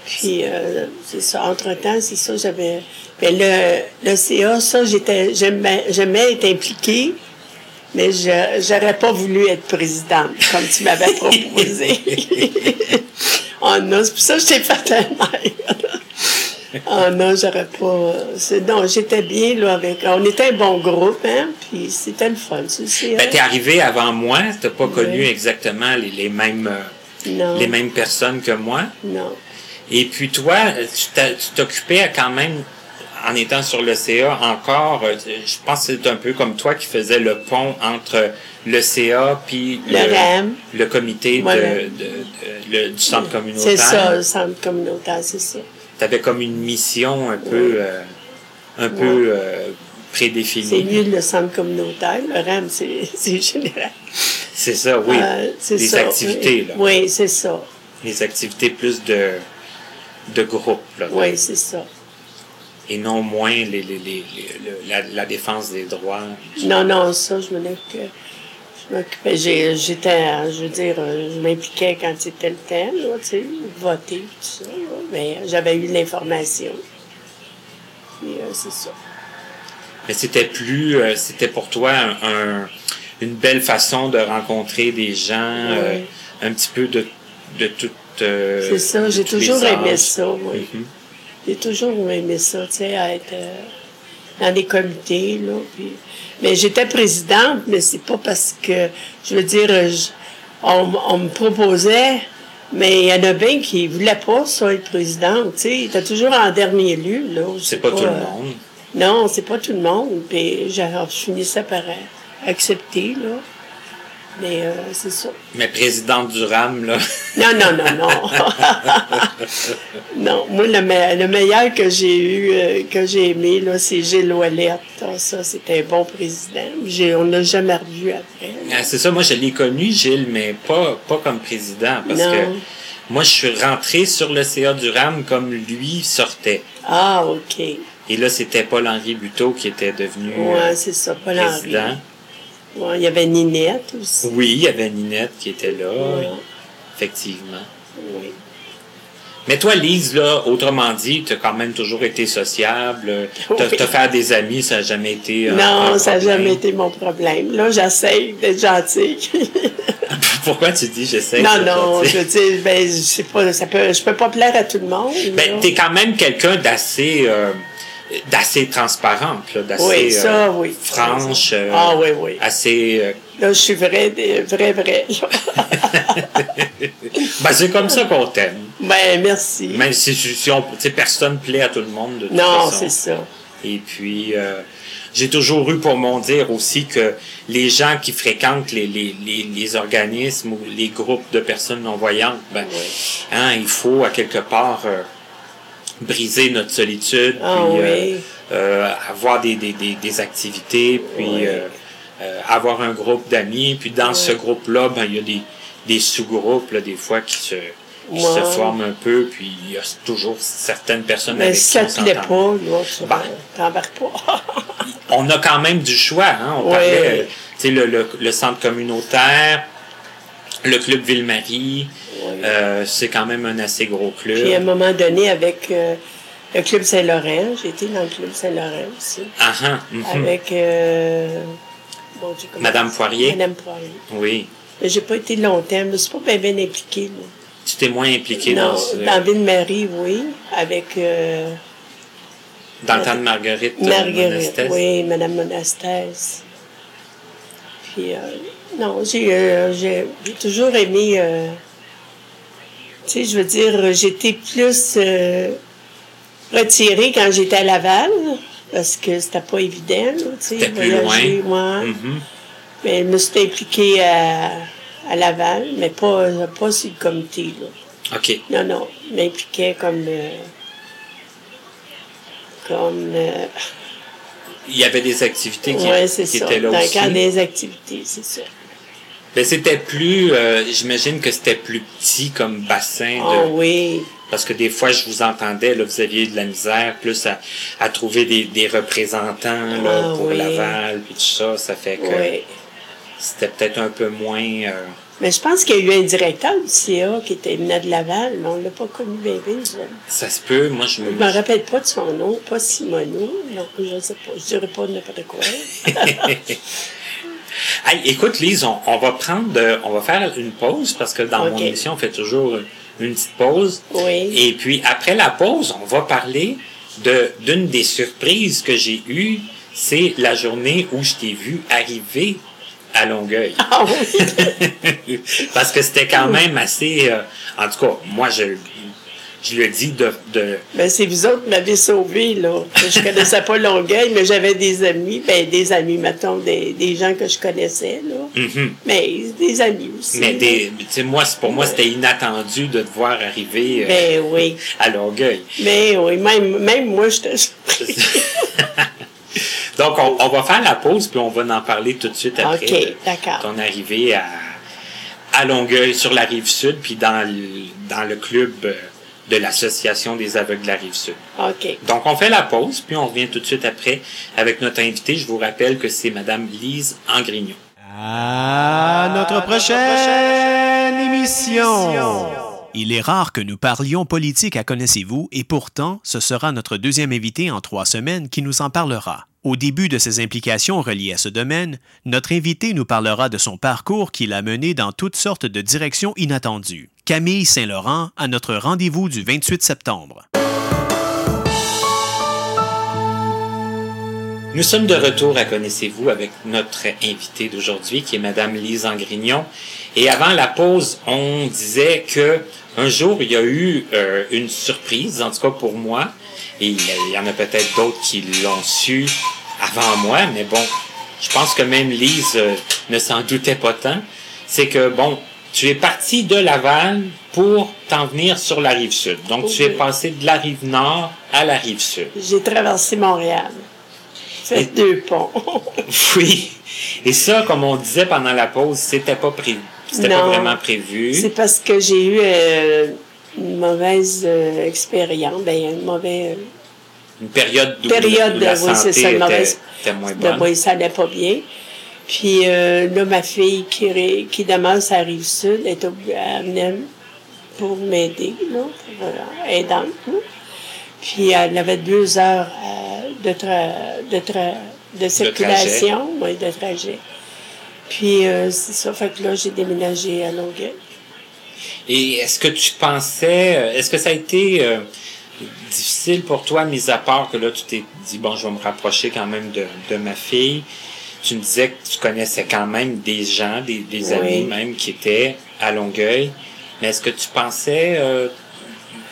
Puis, euh, c'est ça. Entre-temps, c'est ça, j'avais. Ben, le, le CA, ça, j'étais, j'aimais, j'aimais être impliquée, mais je, j'aurais pas voulu être présidente, comme (laughs) tu m'avais proposé. (laughs) en a, c'est pour ça que je t'ai fait la maire. en a, j'aurais pas. C'est, non, j'étais bien, là, avec. On était un bon groupe, hein, puis c'était le fun, tu sais. hein? Ben, t'es arrivé avant moi, t'as pas connu Oui. exactement les, les mêmes euh, non. les mêmes personnes que moi. Non. Et puis toi, euh, tu t'a- tu t'occupais à quand même, en étant sur le CA encore, euh, je pense que c'est un peu comme toi qui faisais le pont entre le CA puis Le E RAM. le comité de, Voilà. de- de- le- du centre communautaire. C'est ça, le centre communautaire, c'est ça. Tu avais comme une mission un peu, euh, un peu euh, C'est prédéfinie. mieux le centre communautaire. Le RAM, c'est (laughs) c'est général. C'est ça, oui. Euh, c'est Les ça, activités, oui. là. Oui, c'est ça. Les activités plus de, de groupe, là. Oui, c'est ça. Et non moins les, les- les- les- le- la, la défense des droits. Non, non, ça, je m'en occu- je m'occupais. J'ai- J'étais, euh, je veux dire, euh, je m'impliquais quand c'était le temps, là, tu sais, voter, tout ça. là. Mais j'avais eu de l'information. Puis, euh, c'est ça. Mais c'était plus, euh, c'était pour toi un- un- une belle façon de rencontrer des gens, euh, Oui. un petit peu de, de toute. euh, C'est ça, de j'ai tous les toujours aimé âges. ça, oui. Mhm. J'ai toujours aimé ça, tu sais, à être euh, dans des comités, là. puis- Mais j'étais présidente, mais c'est pas parce que, je veux dire, euh, je- on, m- on me proposait, mais il y en a bien qui voulaient pas ça, être présidente, tu sais. Ils étaient toujours en dernier lieu, là. Je sais C'est pas tout le euh, monde. Non, c'est pas tout le monde. Puis j'ai- alors, je finissais par euh, accepter, là. Mais euh, c'est ça. Mais présidente du RAM, là. (laughs) Non, non, non, non. non, moi, le, me- le meilleur que j'ai eu, euh, que j'ai aimé, là, c'est Gilles Ouellette. Ah, ça, c'était un bon président. J'ai- on ne l'a jamais revu après. Ah, c'est ça, moi je l'ai connu, Gilles, mais pas, pas comme président, parce Non. que moi je suis rentré sur le CA du RAM comme lui sortait. Ah, OK. Et là, c'était Paul-Henri Buteau qui était devenu euh, Ouais, c'est ça, Paul Henry. président. Ouais, il y avait Ninette aussi. Oui, il y avait Ninette qui était là, Ouais. effectivement. Oui. Mais toi, Lise, là, autrement dit, t'as quand même toujours été sociable. T'as Oui. t'as fait des amis, ça n'a jamais été. un- Non, un ça n'a problème. jamais été mon problème. Là, j'essaie (laughs) d'être gentille. Pourquoi tu dis j'essaie non, de- non, tu je sais? veux dire, ben, je sais pas, ça peut, je peux pas plaire à tout le monde. là. Ben, t'es quand même quelqu'un d'assez euh, d'assez transparent, là, d'assez oui, ça, euh, oui. franche, euh, ah oui, oui. assez. euh, Là, je suis vrai, des- vrai, vrai. ben, c'est comme ça qu'on t'aime. (laughs) ben, merci. Même si, si on, tu sais, personne plaît à tout le monde de toute non, façon. c'est ça. Et puis, euh, j'ai toujours eu pour mon dire aussi que les gens qui fréquentent les, les, les, les organismes ou les groupes de personnes non-voyantes, ben, hein, il faut à quelque part euh, briser notre solitude, Ah puis euh, oui. euh, avoir des, des, des, des activités, puis Oui. euh, euh, avoir un groupe d'amis. Puis dans ce groupe-là, ben, il y a des, des sous-groupes, là, des fois, qui se... qui se Ouais. forment un peu, puis il y a toujours certaines personnes Mais avec Ben, si qui ça on te plaît s'entend. pas, là, tu Ben. (laughs) t'embarques pas. on a quand même du choix. Hein? On Ouais. parlait, euh, tu sais, le, le, le centre communautaire, le club Ville-Marie, Ouais. euh, c'est quand même un assez gros club. Puis euh, à un moment donné, avec euh, le Club Saint-Laurent, j'ai été dans le Club Saint-Laurent aussi, Ah, ah, mhm. avec euh, mon Dieu, comment- Madame Poirier. Madame Poirier. Oui. Mais j'ai pas été longtemps, je me suis pas bien, bien impliquée. là. Tu t'es moins impliqué non, dans, ce- dans Ville-Marie, oui, avec euh, dans le temps de Marguerite euh, Marguerite, Monastès. oui, Madame Monastès. Puis, euh, non, j'ai euh, j'ai- j'ai toujours aimé, euh, tu sais, je veux dire, j'étais plus euh, retirée quand j'étais à Laval, parce que c'était pas évident, là, tu sais, C'était plus voyager, ouais. Mhm. Mais je me suis impliquée à, à Laval, mais pas, pas sur le comité, là. OK. Non, non, je m'impliquais comme... euh, comme... euh, Il y avait des activités qui, Oui, c'est qui ça. étaient là dans le aussi. cadre des activités, c'est ça. Mais c'était plus, euh, j'imagine que c'était plus petit comme bassin de, Ah oui. Parce que des fois, je vous entendais, là, vous aviez de la misère plus à, à trouver des, des représentants là, Ah pour oui. Laval, puis tout ça. Ça fait que oui. c'était peut-être un peu moins... euh, Mais je pense qu'il y a eu un directeur du CA qui était venu de Laval, mais on ne l'a pas connu bien bien, je- ça se peut, moi, je Je me... ne me rappelle pas de son nom, pas Simoneau, donc je ne sais pas, je dirais pas n'importe (laughs) quoi. Hey, écoute, Lise, on, on va prendre... euh, on va faire une pause, parce que dans Ok. mon émission, on fait toujours une petite pause. Oui. Et puis, après la pause, on va parler de d'une des surprises que j'ai eues. C'est la journée où je t'ai vu arriver à Longueuil. Ah oui, (laughs) Parce que c'était quand même assez. euh, en tout cas, moi, je, je le dis de. de ben, c'est vous autres qui m'avez sauvé, là. Je connaissais pas Longueuil, mais j'avais des amis, ben des amis, mettons, des, des gens que je connaissais, là. Mhm. Mais des amis aussi. Mais là. des, tu sais, moi, c'est- pour moi, c'était inattendu de te voir arriver euh, Ben oui. à Longueuil. Ben oui, même, même moi, (laughs) j'étais surpris. Donc, on, on va faire la pause, puis on va en parler tout de suite après. OK, de d'accord. Ton arrivée à, à Longueuil, sur la rive sud, puis dans le, dans le club euh, de l'Association des aveugles de la rive sud. OK. Donc, on fait la pause, puis on revient tout de suite après avec notre invité. Je vous rappelle que c'est Madame Lise Angrignon. À notre prochaine émission. Il est rare que nous parlions politique à Connaissez-vous et pourtant, ce sera notre deuxième invité en trois semaines qui nous en parlera. Au début de ses implications reliées à ce domaine, notre invité nous parlera de son parcours qu'il a mené dans toutes sortes de directions inattendues. Camille Saint-Laurent à notre rendez-vous du 28 septembre. Nous sommes de retour à Connaissez-vous avec notre invitée d'aujourd'hui qui est Madame Lise Angrignon. Et avant la pause, on disait que un jour il y a eu euh, une surprise, en tout cas pour moi, et il y a- il y en a peut-être d'autres qui l'ont su avant moi, mais bon, je pense que même Lise euh, ne s'en doutait pas tant. c'est que, bon, tu es parti de Laval pour t'en venir sur la rive sud. Donc, tu es Oui. passé de la rive nord à la rive sud. J'ai traversé Montréal. Et- Fait deux ponts. (laughs) Oui. Et ça, comme on disait pendant la pause, c'était pas prévu. C'était pas Non. vraiment prévu. C'est parce que j'ai eu euh, une mauvaise euh, expérience, ben, une mauvaise Une période où, Période, où la oui, c'est santé ça, était, mauvaise- était moins de bonne. moi, ça n'allait pas bien. Puis euh, là, ma fille qui, ré- qui demeure sur la rive sud est obligée à venir pour m'aider, là, pour euh, aidante. là. Puis elle avait deux heures euh, de, tra- de, tra- de circulation, oui, de trajet. Puis euh, c'est ça, fait que là, j'ai déménagé à Longueuil. Et est-ce que tu pensais, euh, est-ce que ça a été euh, difficile pour toi, mis à part que là, tu t'es dit, bon, je vais me rapprocher quand même de, de ma fille. Tu me disais que tu connaissais quand même des gens, des, des Oui. amis même qui étaient à Longueuil. Mais est-ce que tu pensais euh,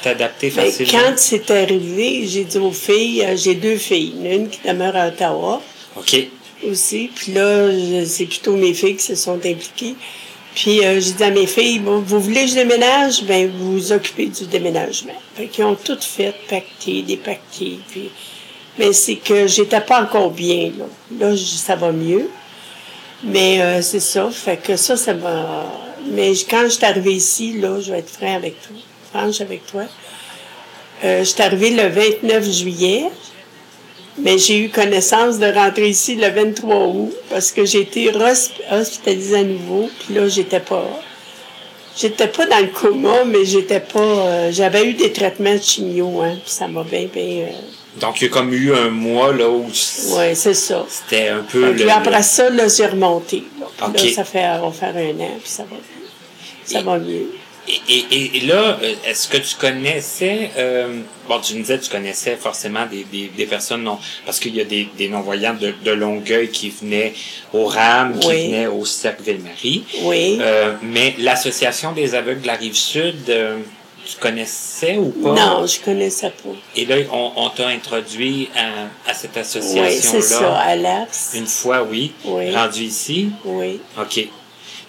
t'adapter Ben, facilement? quand c'est arrivé, j'ai dit aux filles, euh, j'ai deux filles, une qui demeure à Ottawa OK. aussi, puis là, je- c'est plutôt mes filles qui se sont impliquées. Puis euh, j'ai dit à mes filles, bon, vous voulez que je déménage? Ben, vous vous occupez du déménagement. Fait qu'ils ont tout fait, pacté, dépacté, puis... Mais c'est que j'étais pas encore bien, là. Là, je- ça va mieux. Mais euh, c'est ça, fait que ça, ça va... Mais je- quand je suis arrivée ici, là, je vais être franc avec toi, franche avec toi, euh, je suis arrivée le 29 juillet, mais j'ai eu connaissance de rentrer ici le 23 août parce que j'ai été ros- hospitalisée à nouveau. Puis là, j'étais pas. J'étais pas dans le coma, mais j'étais pas. euh, J'avais eu des traitements de chimio, hein. Puis ça m'a bien, bien. euh, Donc, il y a comme eu un mois là où c- ouais, c'est ça. c'était un peu Fait que Ah, le- là, après le- ça, là, j'ai remonté. là. Puis là, Ok. ça fait, on va faire un an, puis ça va mieux. Ça Et- va mieux. Et, et- et là, euh, est-ce que tu connaissais, euh, bon, tu me disais, tu connaissais forcément des, des, des personnes non, parce qu'il y a des, des non-voyants de, de Longueuil qui venaient au RAM, qui Oui. venaient au Cercle Ville-Marie. Oui. Euh, mais l'association des aveugles de la Rive-Sud, euh, tu connaissais ou pas? Non, je connaissais pas. Et là, on, on t'a introduit à, à cette Oui, c'est ça, association-là. à l'Aps. une fois, oui, Oui. rendu ici. Oui. OK.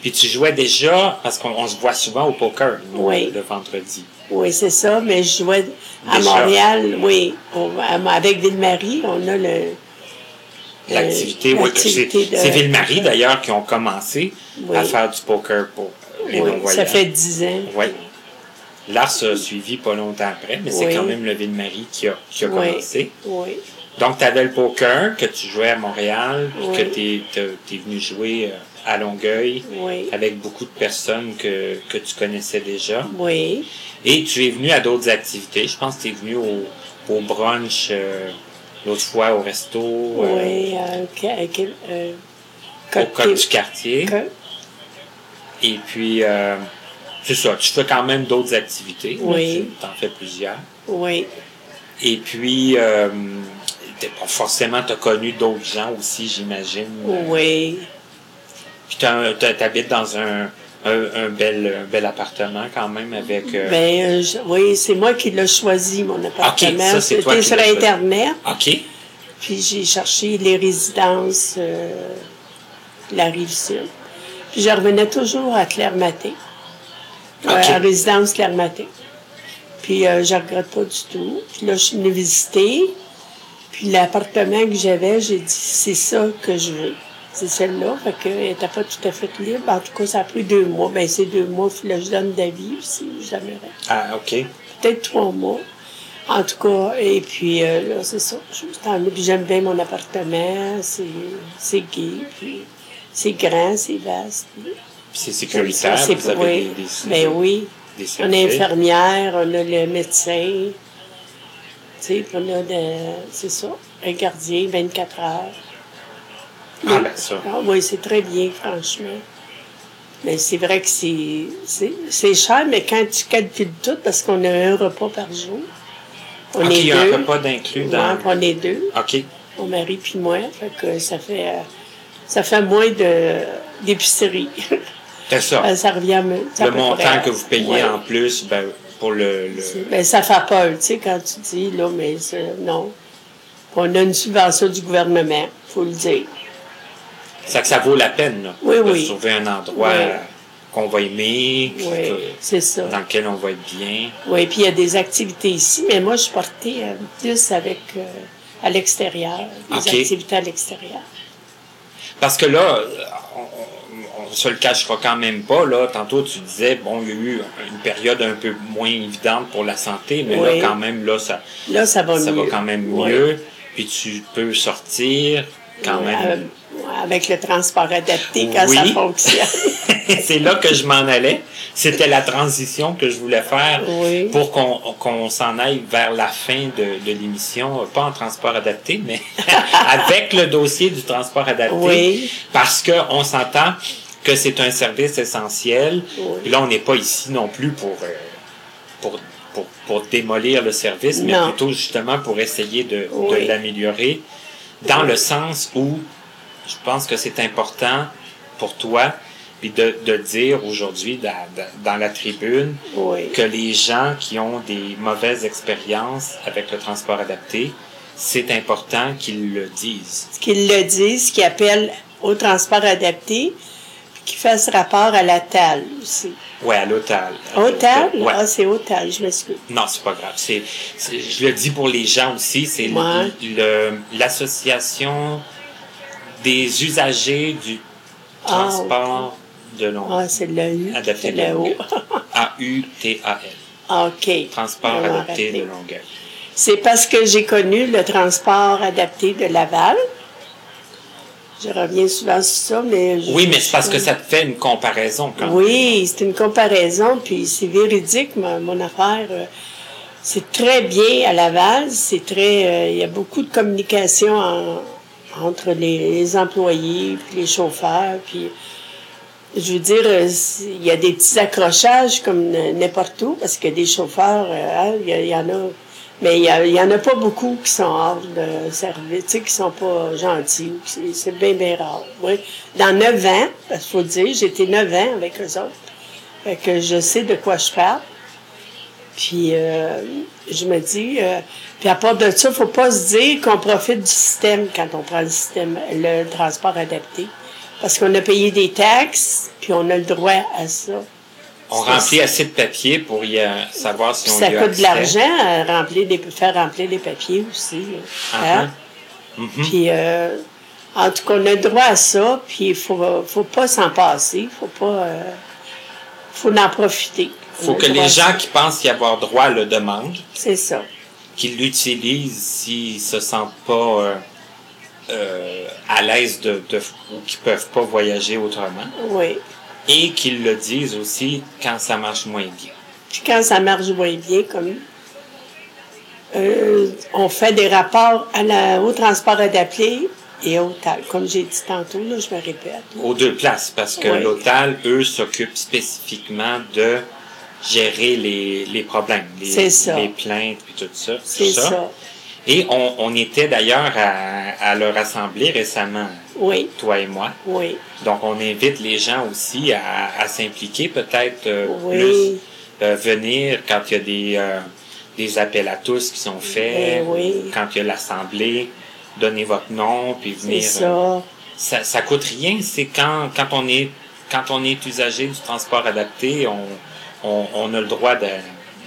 Puis tu jouais déjà, parce qu'on on se voit souvent au poker, nous, Oui. le vendredi. Oui, c'est ça, mais je jouais à Déjà. Montréal, oui, au- à- avec Ville-Marie, on a le... L'activité, Euh, oui. C'est l'activité de- c'est Ville-Marie, d'ailleurs, qui ont commencé Oui. à faire du poker pour euh, les oui, non-voyants. ça fait dix ans. Oui. Lars a suivi pas longtemps après, mais c'est Oui. quand même le Ville-Marie qui a, qui a Oui. commencé. Oui, Donc, tu avais le poker que tu jouais à Montréal, puis Oui. que tu es, venu jouer euh, à Longueuil oui, avec beaucoup de personnes que, que tu connaissais déjà. oui, Et tu es venu à d'autres activités. Je pense que tu es venu au, au brunch euh, l'autre fois, au resto, euh, oui, euh, que- que- euh, au coq du cocktail- quartier. co- Et puis, euh, c'est ça, tu fais quand même d'autres activités. là, Oui. Tu en fais plusieurs. Oui, Et puis, euh, t'es- bon, forcément, tu as connu d'autres gens aussi, j'imagine. oui, Puis, tu habites dans un, un, un bel, un bel appartement quand même avec... euh, ben, euh, je- oui, c'est moi qui l'ai choisi, mon appartement. ça, c'est toi C'était qui sur l'as choisi. Internet, OK. puis j'ai cherché les résidences euh, de la Rive-Sud. Puis je revenais toujours à Clairemanté. OK. Ouais, à résidence Clermaté. Puis euh, je regrette pas du tout. Puis là, je suis venue visiter. Puis l'appartement que j'avais, j'ai dit, c'est ça que je veux. C'est celle-là. Fait qu'elle n'était pas tout à fait libre. En tout cas, ça a pris deux mois. Ben, c'est deux mois. Puis là, je donne d'avis aussi. J'aimerais. Ah, OK. Peut-être trois mois. En tout cas, et puis euh, là, c'est ça. Je suis en- Puis j'aime bien mon appartement. C'est c'est gai. Puis c'est grand, c'est vaste. Puis Puis c'est sécuritaire, ça, c'est- vous avez oui. des, des, Ben oui. des On services. a infirmière, on a le médecin, tu sais, puis on a de, c'est ça, un gardien 24 heures. Ah, ben ça. Ah oui, c'est très bien, franchement. Mais c'est vrai que c'est, c'est, c'est cher, mais quand tu calcules tout, parce qu'on a un repas par jour, on OK, il y est a deux. un repas d'inclus dans... Ouais, puis on est deux, OK. mon mari puis moi, fait que ça fait, euh, ça fait moins de, d'épicerie. C'est ça. (laughs) ça revient à me- c'est à Ah. le peu près montant à- que vous payez ouais. en plus ben, pour le, le- Ben, ça fait peur, tu sais, quand tu dis, là, mais ça- non. On a une subvention du gouvernement, faut le dire. ça que ça vaut la peine là, Oui, de oui. sauver un endroit Ouais. euh, qu'on va aimer, puis Oui, que- c'est ça. dans lequel on va être bien. Oui, puis il y a des activités ici, mais moi, je portais euh, plus avec euh, à l'extérieur, des OK. activités à l'extérieur. Parce que là, euh, on, on- on se le cachera quand même pas. Là, tantôt tu disais bon, il y a eu une période un peu moins évidente pour la santé, mais Oui. là quand même là ça, Là, ça va ça mieux. va quand même Oui. mieux. Puis tu peux sortir quand Oui, même. euh, avec le transport adapté quand Oui. ça (laughs) fonctionne. c'est là que je m'en allais. C'était la transition que je voulais faire Oui. pour qu'on qu'on s'en aille vers la fin de, de l'émission, pas en transport adapté, mais (laughs) avec le dossier du transport adapté. Oui. Parce que on s'entend que c'est un service essentiel. Oui. Puis Là, on n'est pas ici non plus pour, euh, pour, pour, pour démolir le service, mais Non. plutôt justement pour essayer de, Oui. de l'améliorer dans Oui. le sens où je pense que c'est important pour toi puis de, de dire aujourd'hui dans, dans- dans la tribune oui. que les gens qui ont des mauvaises expériences avec le transport adapté, c'est important qu'ils le disent. Qu'ils le disent, qu'ils appellent au transport adapté, puis qu'ils fassent rapport à la TAL aussi. Ouais, à l'hôtel. Euh, Au TAL? Ouais. Ah, c'est au TAL, je m'excuse. Non, c'est pas grave. C'est, c'est- je le dis pour les gens aussi, c'est le- Ouais. le- l'association des usagers du Ah, ok. transport de Londres. Ah, c'est le U. Adapté le de (laughs) O. Longueuil. A-U-T-A-L. OK. Transport Vraiment adapté rappelé. de Longueuil. C'est parce que j'ai connu le transport adapté de Laval. Je reviens souvent sur ça, mais... je- Oui, mais c'est parce que ça te fait une comparaison quand Oui, c'est une comparaison, puis c'est véridique, mon, mon affaire. euh, C'est très bien à Laval, c'est très... euh, Il y a beaucoup de communication en- entre les, les employés, puis les chauffeurs, puis... Je veux dire, euh, c'est- il y a des petits accrochages comme n- n'importe où, parce que des chauffeurs, euh, hein, il y, a- il y en a... Mais il y, a- il y en a pas beaucoup qui sont hors de service, tu sais, qui sont pas gentils. ou qui- c'est- C'est bien, bien rare. Oui. Dans neuf ans, parce qu'il faut le dire, j'étais neuf ans avec eux autres. Fait que je sais de quoi je parle. Puis euh, je me dis... euh, puis à part de ça, faut pas se dire qu'on profite du système quand on prend le système, le transport adapté. Parce qu'on a payé des taxes, puis on a le droit à ça. On C'est- remplit assez de papier pour y euh, savoir si Puis on ça y a coûte de accès. l'argent à remplir des, faire remplir des papiers aussi. Ah, Hmm. hein. Puis, euh, en tout cas, on a le droit à ça, puis il faut, faut pas s'en passer, faut pas... euh, faut en Il profiter. On faut a que le droit les à ça. gens qui pensent y avoir droit le demandent, C'est ça. qu'ils l'utilisent s'ils se sentent pas euh, euh, à l'aise de, de- ou qu'ils peuvent pas voyager autrement, Oui. et qu'ils le disent aussi quand ça marche moins bien. Puis quand ça marche moins bien, comme euh, on fait des rapports à la, au transport adapté et au TAL. Comme j'ai dit tantôt, là, je me répète. Aux deux places, parce que Oui. l'hôtel, eux, s'occupe spécifiquement de gérer les, les problèmes, les, C'est ça. les plaintes, puis tout ça. tout C'est ça. Et on, on était d'ailleurs à, à leur assemblée récemment, Oui, toi et moi. oui, Donc, on invite les gens aussi à, à s'impliquer, peut-être euh, Oui. plus euh, venir quand il y a des, euh, des appels à tous qui sont faits, Ben oui. ou quand il y a l'assemblée, donnez votre nom, puis c'est venir. euh, ça. Ça, ça coûte rien, c'est quand, quand on est quand on est usager du transport adapté, on, on, on a le droit de,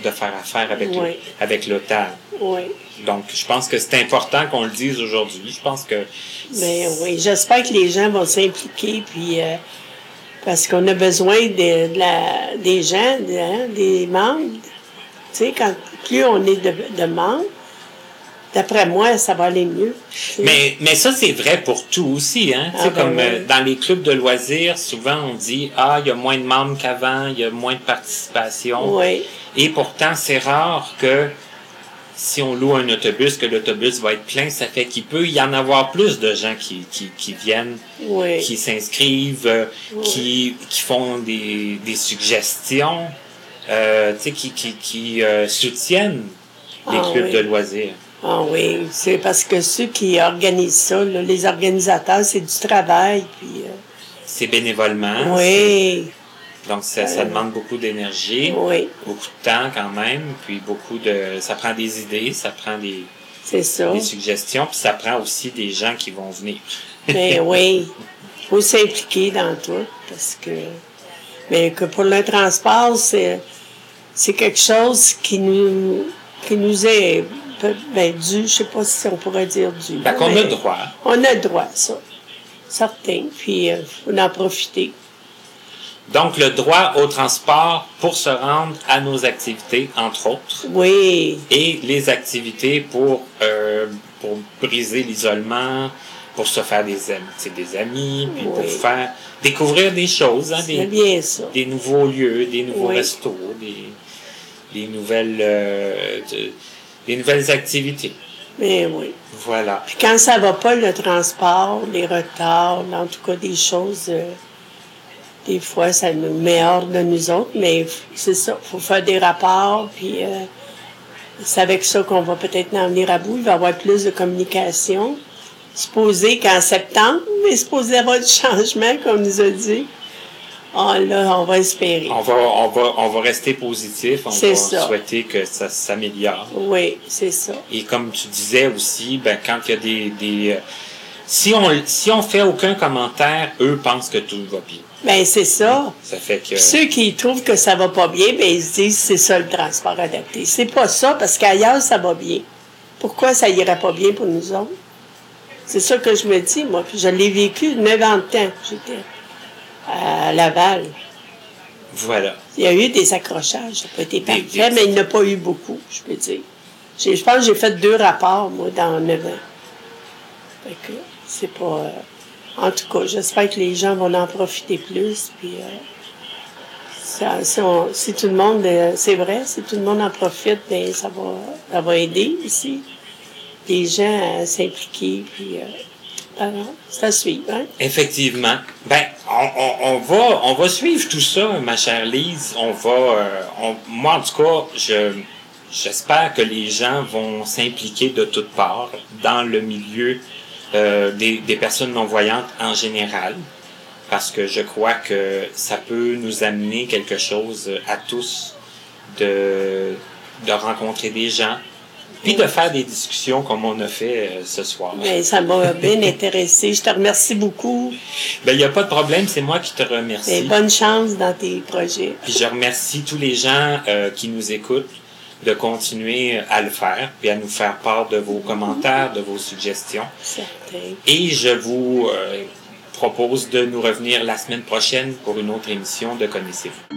de faire affaire avec, le- Oui. avec l'OTAN. Oui. Donc, je pense que c'est important qu'on le dise aujourd'hui. Je pense que Mais oui, j'espère que les gens vont s'impliquer, puis euh, parce qu'on a besoin de, de la, des gens, de- hein, des membres. Tu sais, quand plus on est de, de membres, d'après moi, ça va aller mieux. tu sais. Mais, mais ça, c'est vrai pour tout aussi. Hein? Tu Ah, sais, ben comme oui. euh, dans les clubs de loisirs, souvent on dit Ah, il y a moins de membres qu'avant, il y a moins de participation. Oui, Et pourtant, c'est rare que si on loue un autobus, que l'autobus va être plein, ça fait qu'il peut y en avoir plus de gens qui, qui, qui viennent, oui. qui s'inscrivent, euh, Oui. qui, qui font des, des suggestions, euh, tu sais, qui, qui, qui euh, soutiennent les Ah, clubs oui. de loisirs. Ah oui, c'est parce que ceux qui organisent ça, là, les organisateurs, c'est du travail. Puis, euh, C'est bénévolement. Ah, c'est- oui, Donc, ça, ça demande beaucoup d'énergie, oui, beaucoup de temps quand même, puis beaucoup de... Ça prend des idées, ça prend des, c'est ça. des suggestions, puis ça prend aussi des gens qui vont venir. Mais oui, faut s'impliquer dans tout parce que. Mais que pour le transport, c'est, c'est quelque chose qui nous, qui nous est ben, dû, je sais pas si on pourrait dire dû. Ben, qu'on a le droit. On a le droit, ça. Certain. Puis, euh, on en profiter. Donc, le droit au transport pour se rendre à nos activités, entre autres, Oui. et les activités pour, euh, pour briser l'isolement, pour se faire des, am- tu sais, des amis, puis Oui. pour faire découvrir des choses, hein, C'est des, bien ça. des nouveaux lieux, des nouveaux Oui. restos, des, des nouvelles, euh, de- des nouvelles activités. Mais oui. Voilà. Puis quand ça va pas, le transport, les retards, en tout cas des choses, euh, des fois ça nous met hors de nous autres, mais f- c'est ça, faut faire des rapports, puis euh, c'est avec ça qu'on va peut-être en venir à bout. Il va y avoir plus de communication. Supposé qu'en septembre, mais supposé avoir du changement, comme nous a dit. Ah, là, on va espérer. On va, on va, on va rester positif. On C'est va ça. souhaiter que ça s'améliore. Oui, c'est ça. Et comme tu disais aussi, ben, quand il y a des, des euh, si on, si on fait aucun commentaire, eux pensent que tout va bien. Ben, c'est ça. Ça fait que, Puis Ceux qui trouvent que ça va pas bien, ben ils se disent c'est ça le transport adapté. C'est pas ça parce qu'ailleurs ça va bien. Pourquoi ça irait pas bien pour nous autres C'est ça que je me dis moi. Puis je l'ai vécu 9 ans de temps. J'étais à Laval. voilà. Il y a eu des accrochages. Ça n'a pas été Des- parfait, des- mais il n'y en a pas eu beaucoup, je peux dire. J'ai- Je pense que j'ai fait deux rapports, moi, dans neuf ans. Fait que c'est pas... euh, En tout cas, j'espère que les gens vont en profiter plus. Puis, euh, ça- si, on- si tout le monde... euh, c'est vrai, si tout le monde en profite, ben, ça, va, ça va aider aussi les gens à s'impliquer. Puis, euh, alors, ça suit, hein? Effectivement. Ben, on, on, on va, on va suivre tout ça, ma chère Lise. On va, euh, on- moi en tout cas, je, j'espère que les gens vont s'impliquer de toutes parts dans le milieu euh, des, des personnes non voyantes en général, parce que je crois que ça peut nous amener quelque chose à tous de, de rencontrer des gens, puis de faire des discussions comme on a fait euh, ce soir. Ben, ça (laughs) m'a bien intéressé. Je te remercie beaucoup. Ben, il n'y a pas de problème, c'est moi qui te remercie. Ben, bonne chance dans tes projets. Puis je remercie tous les gens euh, qui nous écoutent de continuer à le faire, puis à nous faire part de vos commentaires, de vos suggestions. Certain. Et je vous euh, propose de nous revenir la semaine prochaine pour une autre émission de Connaissez-vous.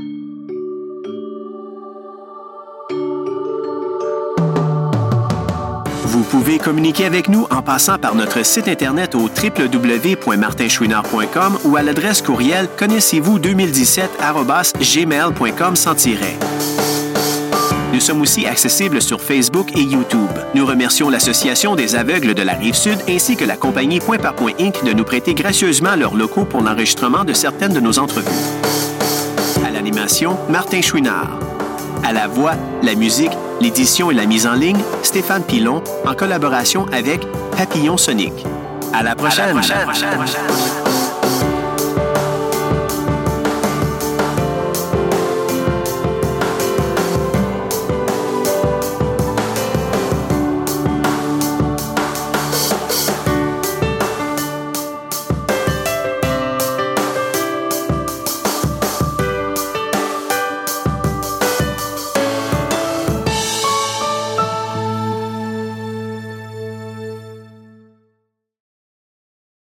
Vous pouvez communiquer avec nous en passant par notre site Internet au www.martinchouinard.com ou à l'adresse courriel connaissez-vous 2017-gmail.com sans tiret. Nous sommes aussi accessibles sur Facebook et YouTube. Nous remercions l'Association des aveugles de la Rive-Sud ainsi que la compagnie Point par Point Inc. de nous prêter gracieusement leurs locaux pour l'enregistrement de certaines de nos entrevues. À l'animation, Martin Chouinard. À la voix, la musique, l'édition et la mise en ligne, Stéphane Pilon, en collaboration avec Papillon Sonic. À la prochaine. À la prochaine.